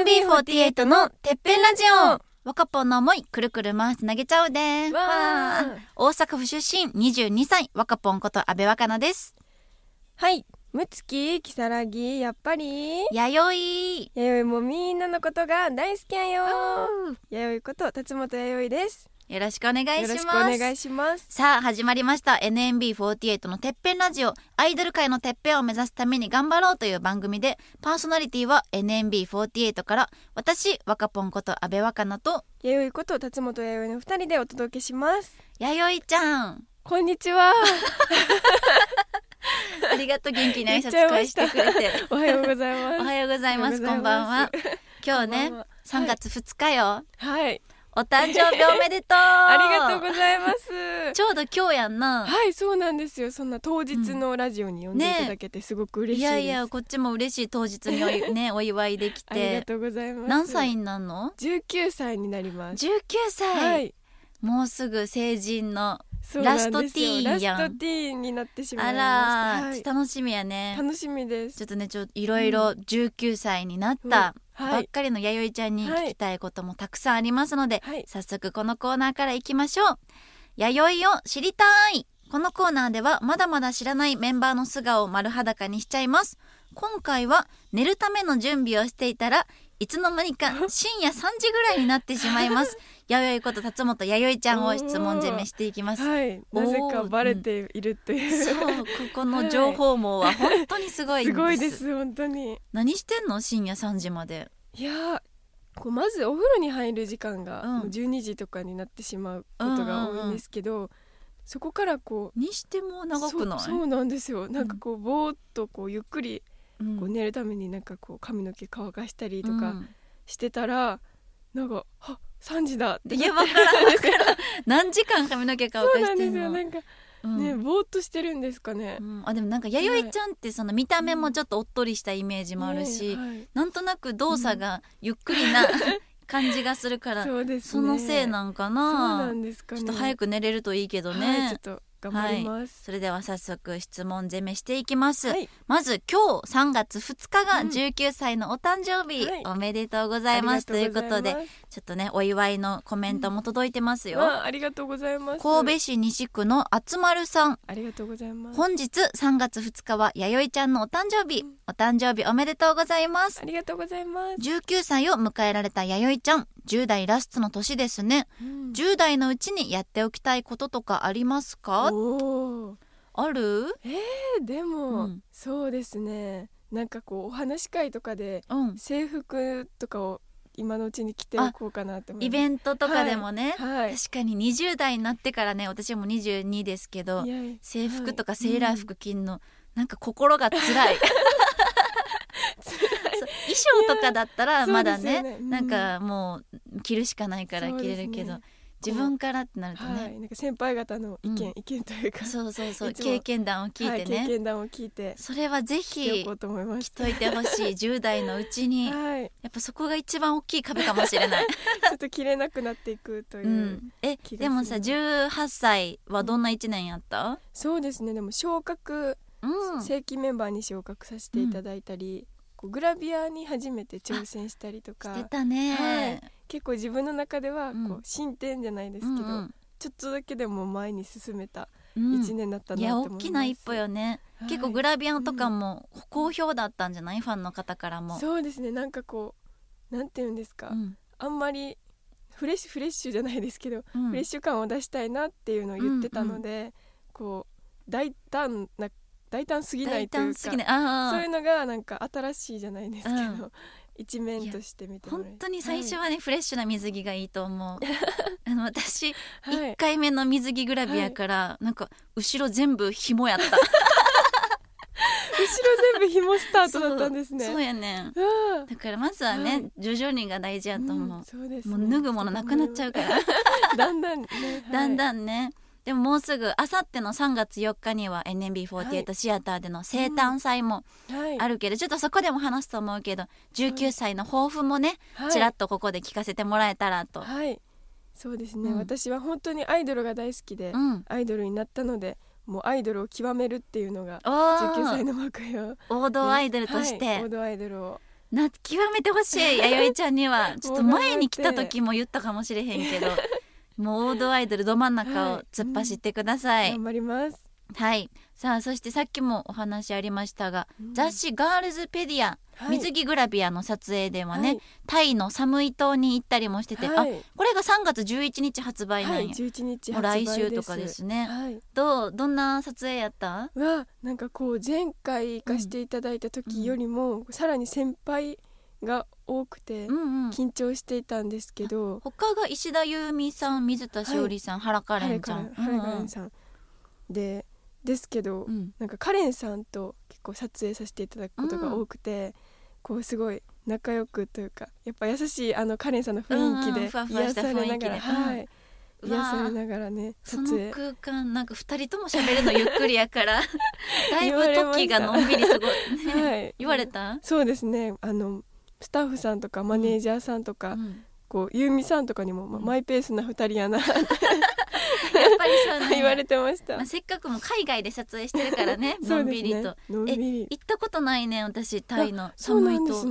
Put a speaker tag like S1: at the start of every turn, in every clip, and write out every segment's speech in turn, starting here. S1: NMB48 のてっぺんラジオ若ぽんの思い、くるくる回す投げちゃおうで。
S2: わー
S1: 大阪府出身、22歳、若ぽんこと安倍若菜です。
S2: はいむつききさらぎやっぱ
S1: 弥
S2: り
S1: 生。
S2: 弥生もみんなのことが大好きやよ弥生こと辰本弥生です
S1: よろしくお願い
S2: よろ
S1: し
S2: しくお
S1: ます。
S2: 願いします
S1: さあ始まりました NMB48 のてっぺんラジオアイドル界のてっぺんを目指すために頑張ろうという番組でパーソナリティは NMB48 から私若ぽんこと安倍若菜と
S2: 弥生こと辰本弥生の二人でお届けします
S1: 弥生ちゃ ん
S2: こんにちは
S1: ありがとう元気に挨拶会してくれて
S2: おはようござい
S1: お
S2: ます
S1: はようございます
S2: お
S1: こ
S2: はよ
S1: ん
S2: うござ
S1: ば
S2: い
S1: ん
S2: ま
S1: は今日ね
S2: こんばんは
S1: 3月2日よ、
S2: はい
S1: お誕生日おめでとう
S2: ありがとう
S1: う
S2: ございます
S1: ちょうど今日やんな
S2: はいそうなんですよそんな当日のラジオに呼んでいただけてすごく嬉し
S1: い
S2: いです、
S1: やいやこっちも嬉しい当日におい ねお祝いでき
S2: ありが
S1: て
S2: とうございます
S1: 何歳になんの
S2: 19歳になります
S1: 19歳、
S2: はい
S1: もうすぐ成人の
S2: そうなんですよ
S1: ラストティーンやん
S2: ラストティーンになってしま
S1: あ
S2: いまし
S1: ら
S2: た、は
S1: ー、
S2: い
S1: 楽しみやね
S2: 楽しみです
S1: ちょっとねちょっといろいろ19歳になった
S2: うん
S1: ば
S2: は
S1: っ
S2: い
S1: かりの弥生ちゃんに聞きたいこともたくさんありますので、
S2: はい
S1: 早速このコーナーからいきましょう弥生を知りたいこのコーナーではまだまだ知らないメンバーの素顔を丸裸にしちゃいます今回は寝るための準備をしていたらいつの間に か深夜3時ぐらいになってしまいます弥生こと辰本弥生ちゃんを質問攻めしていきます
S2: はい
S1: おー
S2: なぜかバレていると
S1: そう
S2: いう、
S1: ここの情報網は本当にすごいん
S2: す
S1: です
S2: ごいです本当に
S1: 何してんの深夜3時まで
S2: いやーこうまずお風呂に入る時間が
S1: うん
S2: もう12時とかになってしまうことが多いんですけど、そこからこう
S1: にしても長くない
S2: そうそうなんですよなんかこうぼーっとこうゆっくり
S1: うん
S2: こう寝るためになんかこう髪の毛乾かしたりと
S1: う
S2: か
S1: ん
S2: してたら、なんか「あ3時だ」って
S1: い
S2: な
S1: や
S2: って
S1: わからんわからん 何時間髪の毛乾
S2: そう
S1: か
S2: な
S1: し
S2: ん
S1: て
S2: で
S1: ん
S2: す
S1: の
S2: よなんか
S1: うん
S2: ね、ぼーっとしてるんですかね
S1: う。んあでもなんか弥生ちゃんってその見た目もちょっとおっとりしたイメージもあるし、
S2: ね
S1: なんとなく動作がゆっくりな感じがするか
S2: は
S1: ら
S2: い、
S1: そ,、
S2: そうです、ね、
S1: のせいなんか
S2: そう
S1: な
S2: なんですかね。
S1: ちょっと早
S2: く
S1: く寝れるといいけどね、
S2: はい、ちょっと頑張ります。
S1: それでは早速質問攻めしていきます、
S2: はい
S1: まず今日3月2日が
S2: うん
S1: 19歳のお誕生日、
S2: はい
S1: おめでとうございますということでちょっとねお祝いのコメントも届いてますよ、
S2: まありがとうございますわあ、ありがとうございます。
S1: 神戸市西区のあつまるさん
S2: ありがとうございます。
S1: 本日3月2日は弥生ちゃんのお誕生日
S2: うん
S1: お誕生日おめでとうございます
S2: ありがとうございます。
S1: 19歳を迎えられた弥生ちゃん10代ラストの年ですね
S2: うん
S1: 10代のうちにやっておきたいこととかありますか
S2: おー
S1: ある
S2: えで
S1: う
S2: も、
S1: ん
S2: そうですね。なんかこうお話し会とかで
S1: うん
S2: 制服とかを今のうちに着ておこうかなって思い
S1: イ
S2: ます。
S1: ベ
S2: イ
S1: ントとかでもね、
S2: はい。
S1: 確かに20代になってからね私も22ですけど
S2: いやいや
S1: 制服とか
S2: はい
S1: セーラー服着んの、なんか心が 辛いそう衣装とかだったら
S2: いや
S1: まだね
S2: そうですよねうん
S1: なんかもう着るしかないから
S2: そう
S1: 着
S2: ですね
S1: れるけど、
S2: こう
S1: 自分からってなると
S2: は
S1: ね、
S2: い、なんか先輩方の意見、
S1: うん
S2: 意見というか
S1: そうそうそう
S2: いつも
S1: 経験談を聞いてね、
S2: はい、経験談を聞いて
S1: それはぜ
S2: 来てお
S1: ひ
S2: こうと思いま
S1: 着
S2: し
S1: といてほ しい10代のうち
S2: た
S1: にや
S2: はい
S1: っぱそこが一番大きい壁かもしれない、
S2: ちょっと着れなくなっていく とい
S1: う
S2: う、
S1: ん、え
S2: 気がする
S1: でもさ18歳はどんな1年やった、
S2: そうですねでも昇格、
S1: うん、
S2: 正規メンバーに昇格させていただいたり、こうグラビアに初めて挑戦したりと
S1: して
S2: か
S1: たね、
S2: 結構自分の中ではこう、
S1: うん
S2: 進展じゃないです
S1: うん
S2: けど、
S1: うん
S2: ちょっとだけでも前に進めた
S1: うん
S2: 一年だった
S1: い
S2: な
S1: や
S2: と思い
S1: 大
S2: ます、
S1: きな一歩よね、
S2: はい
S1: 結構グラビアとかも好評だったんじゃないファンの方からも
S2: そうですねなんかこうなんて言うんですか、
S1: うん
S2: あんまりフレッシュフレッシュじゃないですけど
S1: うん
S2: フレッシュ感を出したいなっていうのを言ってたので、こう大胆な大胆すぎな
S1: 大
S2: いという
S1: 胆
S2: か
S1: すぎないああ
S2: そういうのがなんか新しいじゃないですけ
S1: う
S2: ど、
S1: ん
S2: 一面として見てもらえ
S1: 本当に最初はね、フレッシュな水着がいいと 思うあの私、
S2: はい
S1: 一1回目の水着グラビアから、なんか後ろ全部紐やっ た
S2: 後ろ全部紐スタートだったんですね
S1: そうそうやねん
S2: ああ
S1: だからまずはね、
S2: はい
S1: 徐々にが大事やと思
S2: ん
S1: う、
S2: そうです
S1: も
S2: ね
S1: う脱ぐものなくなっちゃうから
S2: だんだんね、
S1: だん
S2: ん
S1: だんねでももうすぐあさっての3月4日には NMB48 シアターでの生誕祭も
S2: はい
S1: あるけど、ちょっとそこでも話すと思うけど19歳の抱負もね、
S2: はい
S1: ちらっとここで聞かせてもらえたらと、
S2: はいそうですね、
S1: うん
S2: 私は本当にアイドルが大好きで、
S1: うん
S2: アイドルになったのでもうアイドルを極めるっていうのが
S1: お
S2: 19歳
S1: ー
S2: の目標
S1: 王道アイドルとして、
S2: はい王道アイドルを
S1: な極めてほしい弥生ちゃんに はちょっと
S2: もう
S1: 前に来た時も言ったかもしれへんけどもう王道アイドルど真ん中を突っ走ってください、
S2: 頑張ります。
S1: はいさあそしてさっきもお話ありましたが、
S2: うん
S1: 雑誌「ガールズペディア」
S2: はい
S1: 水着グラビアの撮影ではね、
S2: はい
S1: タイの寒い島に行ったりもしてて、
S2: はい
S1: あこれが3月11日発売な
S2: は
S1: ん
S2: い、
S1: や、
S2: 十一日
S1: もう
S2: 発売
S1: 来
S2: です。
S1: 週とかですね、
S2: はい。
S1: どうどんな撮影やった
S2: はなんかこう前回行かしていただいた時よりも、さらに先輩が多くて
S1: うんうん
S2: 緊張していたんですけど、
S1: 他が石田優美さん水田しおりさん、原カレンちゃん
S2: カレンカレンさんでですけど、
S1: うんうん
S2: なんかカレンさんと結構撮影させていただくことが多くて、こうすごい仲良くというかやっぱ優しいあのカレンさんの雰囲気
S1: うんうん
S2: で
S1: ふわふわ
S2: 癒
S1: した
S2: さ
S1: 雰囲気で
S2: れながら、はい、
S1: うんうわ
S2: 癒
S1: ー
S2: されながらね撮
S1: その
S2: 影
S1: 空間なんか二人とも喋るのゆっくりやから だい
S2: 言
S1: ぶ
S2: われま
S1: 時
S2: した
S1: がのんびり過ごね
S2: はい
S1: 言われ た、
S2: そうですねあのスタッフさんとかマネージャーさんとか、
S1: うん
S2: こうゆうみさんとかにも、ま
S1: うん
S2: マイペースな二人やな
S1: やっぱりそうなんや
S2: 言われてました、
S1: まあ、せっかくも海外で撮影してるからね
S2: そ
S1: の
S2: うんで
S1: び
S2: す
S1: り
S2: ね
S1: と
S2: のんびり
S1: 行ったことないね私タイの
S2: そう
S1: 寒
S2: ないん
S1: と
S2: で
S1: そ
S2: す
S1: う,、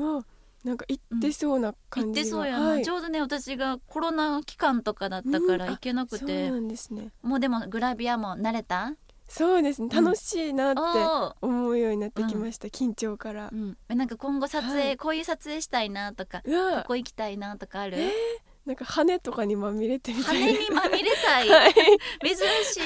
S2: ねうわなんか行ってそうな
S1: 行
S2: 感
S1: っ
S2: じが、
S1: てそうやな、
S2: はい
S1: ちょうどね私がコロナ期間とかだったから
S2: うんあ
S1: 行けなく
S2: そう
S1: て、
S2: なんですね
S1: もうでもグラビアも慣れた
S2: そうですね
S1: うん
S2: 楽しいなって
S1: おー
S2: 思うようになってきました、緊張から
S1: う、ん、なんか今後撮影、
S2: はい
S1: こういう撮影したいなとか
S2: うわ
S1: ここ行きたいなとかある、
S2: えなんか羽とかにまみれてみたいな
S1: 羽にまみれたい、
S2: はい
S1: 珍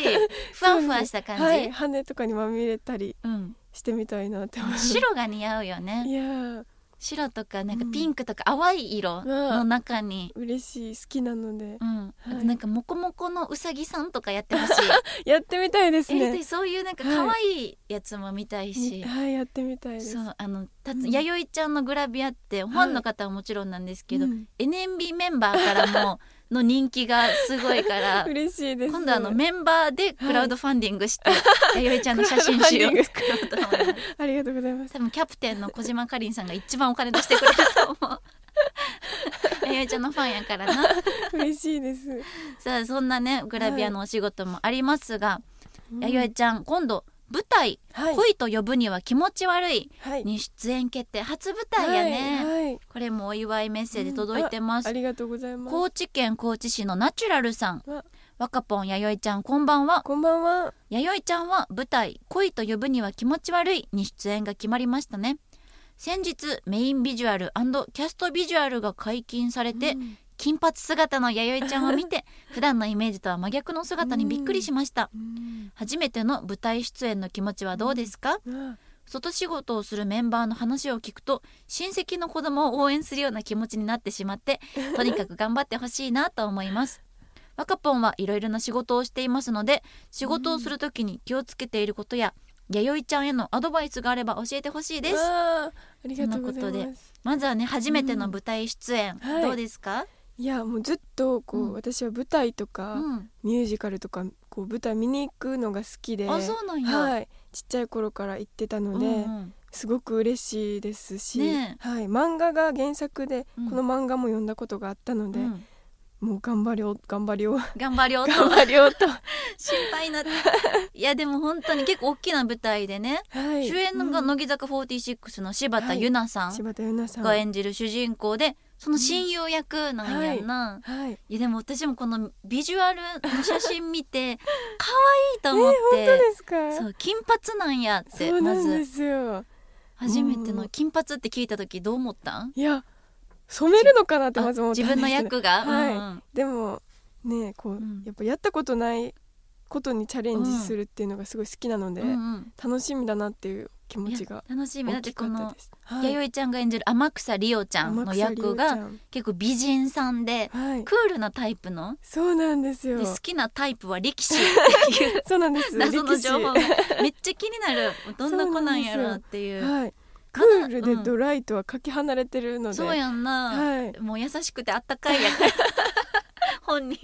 S1: しいふわふわした感じ、
S2: はい羽とかにまみれたり
S1: うん、
S2: してみたいなって思います
S1: 白が似合うよ
S2: い
S1: ね
S2: やー
S1: 白とかなんかピンクとか淡い色の中に、
S2: 嬉しい好きなので
S1: うん、あと
S2: はい
S1: なんかモコモコのうさぎさんとかやってほしい
S2: やってみたいです
S1: えやりた
S2: ね
S1: いそういうなんか
S2: はい
S1: 可愛いやつも見たいし、
S2: はいやってみたいです
S1: そうあのたつ
S2: うん
S1: 弥生ちゃんのグラビアってファンの方はもちろんなんですけど、
S2: うん
S1: NMB メンバーからもの人気がすごい から
S2: 嬉しいです
S1: 今度あのメンバーでクラウドファンディングして、弥生ちゃんの写真集を作ろうと思います
S2: ありがとうございます
S1: 多分キャプテンの小島かりんさんが一番お金出してくれると思う弥生ちゃんのファンやからな
S2: 嬉しい です
S1: さあそんなねグラビアのお仕事もありますが、
S2: うん
S1: 弥生ちゃん今度舞台「
S2: はい
S1: 恋と呼ぶには気持ち悪い
S2: はい」
S1: に出演決定初舞台やね、
S2: はいはい
S1: これもお祝いメッセージ届いてます、
S2: ありがとうございます
S1: 高知県高知市のナチュラルさん
S2: わ
S1: 若ぽん弥生ちゃんこんばんは
S2: こんばんは
S1: 弥生ちゃんは舞台「恋と呼ぶには気持ち悪い」に出演が決まりましたね先日メインビジュアルキャストビジュアルが解禁されて、
S2: うん
S1: 金髪姿の弥生ちゃんを見 て普段のイメージとは真逆の姿にびっくりしました
S2: うん
S1: 初めての舞台出演の気持ちはどうですか
S2: あ
S1: 外仕事をするメンバーの話を聞くと親戚の子供を応援するような気持ちになってしまっ てとにかく頑張ってほしいなと思います若ぽんはいろいろな仕事をしていますので仕事をするときに気をつけていることや弥生ちゃんへのアドバイスがあれば教えてほしいです
S2: わあありがとうござい
S1: そんな
S2: ま
S1: こ
S2: す
S1: まずはね初めての舞台出演、
S2: はい
S1: どうですか、
S2: いやもうずっとこう、
S1: うん
S2: 私は舞台とか、
S1: うん、
S2: ミュージカルとかこう舞台見に行くのが好きで
S1: あそうなんや、
S2: はいちっちゃい頃から行ってたので、
S1: うんうん
S2: すごく嬉しいですし、
S1: ね
S2: はい漫画が原作で、
S1: うん
S2: この漫画も読んだことがあったので、
S1: うん
S2: もう頑張りょう頑張りょう
S1: 頑張りょうと
S2: 頑張りょうとは
S1: 心配になっていやでも本当に結構大きな舞台でね、
S2: い
S1: 主演のが
S2: うん
S1: 乃木坂46の柴田優奈さん
S2: 柴田優奈さん
S1: が演じる主人公でその親友役なんやんな、い
S2: はい
S1: やでも私もこのビジュアルの写真見 て可愛いと思っ
S2: 本当
S1: て、
S2: ですか
S1: そう金髪なんやっ
S2: そ
S1: て
S2: うな
S1: ま
S2: んで
S1: ず
S2: すよ
S1: 初めて
S2: う
S1: の
S2: ん
S1: 金髪って聞いた時どう思ったん
S2: いや染めるのかなって
S1: あ
S2: まず思った
S1: 自
S2: んです
S1: 分の
S2: けど
S1: 役が、
S2: はい
S1: うんうん
S2: でもねこう、
S1: うん
S2: やっぱやったことないことにチャレンジするっていうのがすごい好きなので、
S1: うん
S2: 楽しみだなっていう気
S1: うん
S2: 持
S1: い
S2: ち
S1: や
S2: が
S1: 楽しみだ
S2: 大
S1: って
S2: き
S1: こ
S2: かった
S1: の
S2: です。は
S1: 弥生ちゃんが演じる天草里央ちゃんの役
S2: 天
S1: が
S2: 草理
S1: 結構美人さんで
S2: 央ちゃんはい、
S1: クールなタイプの
S2: そうなんですよ
S1: で。好きなタイプは力士っていう
S2: そうなんで す。
S1: 謎の
S2: 力士
S1: 情報がめっちゃ気にな るどんな子なんやろっていうそう
S2: はい。クールでドライとはかけ離れてるので、
S1: やんな、
S2: はい。
S1: もう優しくてあったかいやから 本人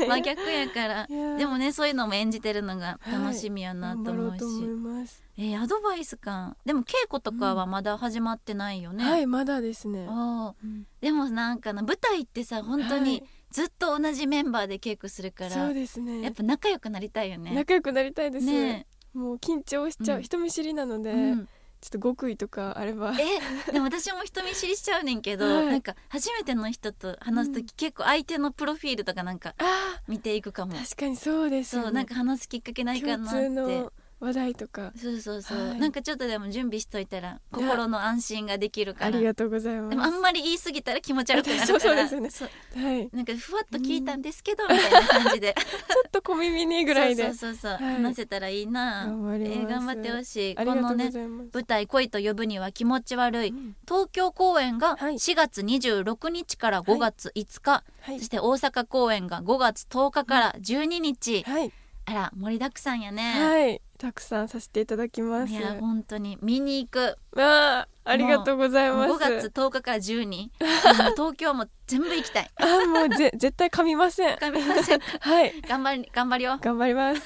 S1: が真逆やから
S2: いやー
S1: でもねそういうのも演じてるのが楽しみやなと
S2: 頑張
S1: 思う
S2: ろ
S1: し、
S2: うと思います。
S1: えーアドバイスかでも稽古とかはまだ始まってないよね、
S2: はい、まだですね。
S1: おー
S2: うん
S1: でもなんかな舞台ってさ本当
S2: は
S1: に
S2: い
S1: ずっと同じメンバーで稽古するから、
S2: そうですね。
S1: やっぱ仲良くなりたいよね。
S2: 仲良くなりたいです。
S1: ね
S2: もう緊張しちゃう、
S1: うん
S2: 人見知りなので、
S1: え、うん
S2: ちょっと極意とかあれば
S1: えでも私も人見知りしちゃうねんけど、
S2: はい
S1: なんか初めての人と話す時、
S2: うん
S1: 結構相手のプロフィールとかなんか
S2: あ
S1: 見ていくかも
S2: ー確かにそうですよね
S1: そうなんか話すきっかけないか
S2: 共
S1: なっ
S2: 通
S1: て
S2: の話題とか
S1: そうそうそう、
S2: はい
S1: なんかちょっとでも準備しといたら心の安心ができるか
S2: あ
S1: ら
S2: りがとうございま
S1: でもあんまり言い過ぎたら気持ち悪くなるから
S2: そうそうですよね
S1: そう
S2: すはいち
S1: なんかふわっと聞いたんですけど、みたいな感じで
S2: ょっと小耳にぐらいで
S1: そうそうそうそう、
S2: はい
S1: 話せたらいいな
S2: 頑張ります
S1: えー頑張ってほしいこ
S2: ありがと
S1: の
S2: うご
S1: ね
S2: ざいます
S1: 舞台恋と呼ぶには気持ち悪い
S2: うん
S1: 東京公演が
S2: はい
S1: 4月26日から5月5日、
S2: はい
S1: そして大阪公演が5月10日から12日、
S2: はい
S1: あら盛りだくさんやね、
S2: はいたくさんさせていただきます
S1: いや本当に見に行く
S2: わあありがとうございます
S1: 5月10日から12日 もう東京も全部行きたい
S2: あもう ぜ絶対噛みません
S1: 噛みません
S2: はい
S1: 頑張り頑張りよう
S2: 頑張ります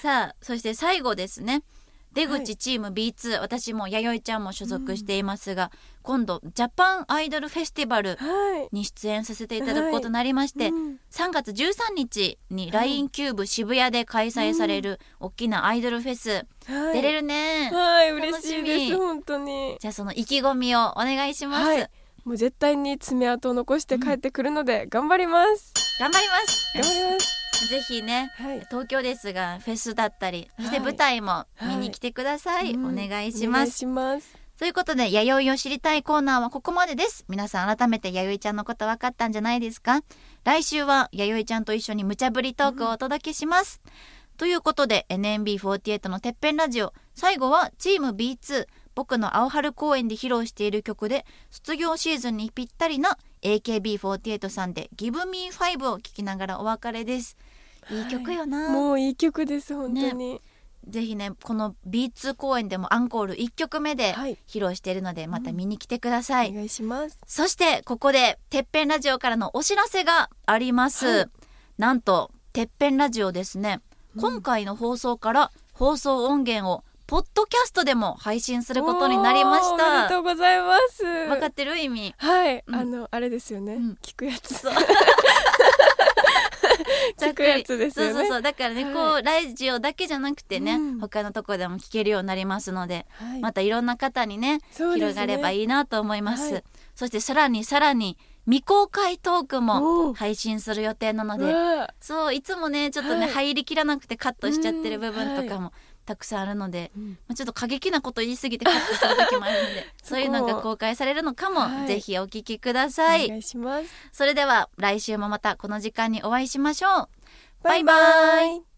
S1: さあそして最後ですね出
S2: はい
S1: 口チーム B2、私も弥生ちゃんも所属していますが、今度ジャパンアイドルフェスティバル
S2: はい
S1: に出演させていただくことになりまして、
S2: うん
S1: 3月13日に
S2: はい
S1: LINE キューブ渋谷で開催される大きなアイドルフェス、
S2: はい
S1: 出れるね、
S2: はい
S1: 楽
S2: 嬉
S1: しみ
S2: しいです本当に
S1: じゃあその意気込みをお願いします、
S2: はいもう絶対に爪痕を残して帰ってくるので頑張ります
S1: 頑張ります
S2: 頑張ります
S1: ぜひね
S2: はい
S1: 東京ですがフェスだったりそして
S2: はい
S1: 舞台も見に来てください、
S2: うん
S1: お願いしま
S2: お願い
S1: す
S2: します
S1: ということで、弥生を知りたいコーナーはここまでです。皆さん改めて弥生ちゃんのこと分かったんじゃないですか来週は弥生ちゃんと一緒に無茶ぶりトークをお届けします。ということで、NMB48 のてっぺんラジオ、最後はチーム B2、僕の青春公演で披露している曲で、卒業シーズンにぴったりな AKB48 さんで Give Me 5を聴きながらお別れです。いい曲よな、
S2: もういい曲です本当に
S1: ぜひねこの B2 公演でもアンコール1曲目で
S2: はい
S1: 披露しているので、また見に来てください、
S2: お願いします
S1: そしてここでてっぺんラジオからのお知らせがあります、
S2: はい
S1: なんとてっぺんラジオですね、
S2: うん
S1: 今回の放送から放送音源をポッドキャストでも配信することになりまし
S2: おーおめでと
S1: た
S2: うございます
S1: 分かってる意味
S2: はい、
S1: うん
S2: あのあれですよね、
S1: うん
S2: 聞くやつ
S1: そう
S2: 聞くやつですよね
S1: そうそうそうだからね、
S2: はい
S1: こうラジオだけじゃなくてね、
S2: うん
S1: 他のとこでも聞けるようになりますので
S2: はい
S1: またいろんな方にね
S2: そうですね
S1: 広がればいいなと思います
S2: はい
S1: そしてさらにさらに未公開トーク
S2: お
S1: も
S2: ー
S1: 配信する予定なので
S2: わあ
S1: そういつもねちょっとね、
S2: はい
S1: 入りきらなくてカットしちゃってる部分と
S2: うん
S1: かもたくさんあるので、
S2: うん
S1: まあ、ちょっと過激なこと言い過ぎてカットする時もあるので
S2: そ
S1: そ
S2: こを
S1: ういうのが公開されるのかも、
S2: はい
S1: ぜひお聞きください
S2: お願いします
S1: それでは来週もまたこの時間にお会いしましょうバイバイ
S2: バイバイ